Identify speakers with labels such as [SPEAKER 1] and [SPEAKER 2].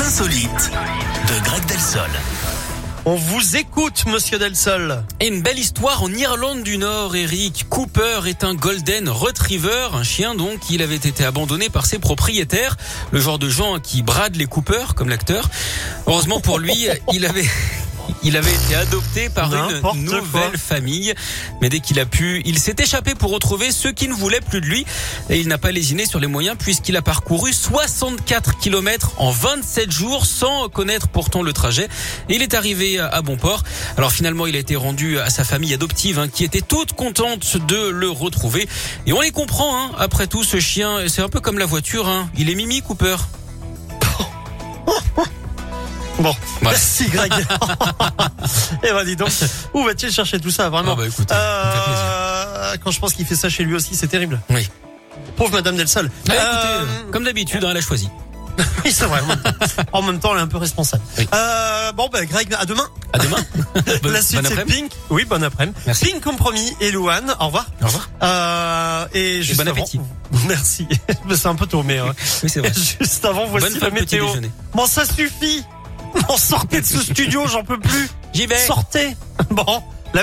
[SPEAKER 1] insolites de Greg Delsol.
[SPEAKER 2] On vous écoute, monsieur Delsol.
[SPEAKER 3] Et une belle histoire en Irlande du Nord, Eric. Cooper est un Golden Retriever, un chien donc il avait été abandonné par ses propriétaires, le genre de gens qui bradent les Coopers, comme l'acteur. Heureusement pour lui, il avait... Il avait été adopté par
[SPEAKER 2] N'importe
[SPEAKER 3] une nouvelle
[SPEAKER 2] quoi.
[SPEAKER 3] famille, mais dès qu'il a pu, il s'est échappé pour retrouver ceux qui ne voulaient plus de lui. Et il n'a pas lésiné sur les moyens puisqu'il a parcouru 64 km en 27 jours sans connaître pourtant le trajet. Et il est arrivé à bon port. Alors finalement, il a été rendu à sa famille adoptive hein, qui était toute contente de le retrouver. Et on les comprend, hein. après tout, ce chien, c'est un peu comme la voiture. hein. Il est Mimi Cooper.
[SPEAKER 2] Bon,
[SPEAKER 3] Voilà.
[SPEAKER 2] merci Greg. Eh ben dis donc, où va-t-il chercher tout ça vraiment
[SPEAKER 3] Ah bah, écoutez, ça me fait plaisir.
[SPEAKER 2] Euh, Quand je pense qu'il fait ça chez lui aussi, c'est terrible.
[SPEAKER 3] Oui.
[SPEAKER 2] Pauvre Madame Delsol.
[SPEAKER 3] Ah,
[SPEAKER 2] Euh,
[SPEAKER 3] écoutez, comme d'habitude, hein, elle a choisi.
[SPEAKER 2] oui, c'est vrai. en même temps. En même temps, elle est un peu responsable.
[SPEAKER 3] Oui.
[SPEAKER 2] Euh, bon, ben Greg, à demain.
[SPEAKER 3] À demain. Bonne-
[SPEAKER 2] La suite,
[SPEAKER 3] bonne
[SPEAKER 2] c'est
[SPEAKER 3] après-midi.
[SPEAKER 2] Pink. Oui, bon après-midi.
[SPEAKER 3] Merci.
[SPEAKER 2] Pink compromis et Louane. Au revoir.
[SPEAKER 3] Au revoir.
[SPEAKER 2] Euh, et juste
[SPEAKER 3] bon
[SPEAKER 2] avant-
[SPEAKER 3] appétit.
[SPEAKER 2] Merci. C'est un peu tôt, mais euh,
[SPEAKER 3] Oui, c'est vrai.
[SPEAKER 2] juste avant, voici
[SPEAKER 3] Bonne
[SPEAKER 2] la
[SPEAKER 3] fin de petit
[SPEAKER 2] météo.
[SPEAKER 3] déjeuner.
[SPEAKER 2] Bon, ça suffit. Bon, sortez de ce studio, j'en peux plus.
[SPEAKER 3] J'y vais.
[SPEAKER 2] Sortez. Bon.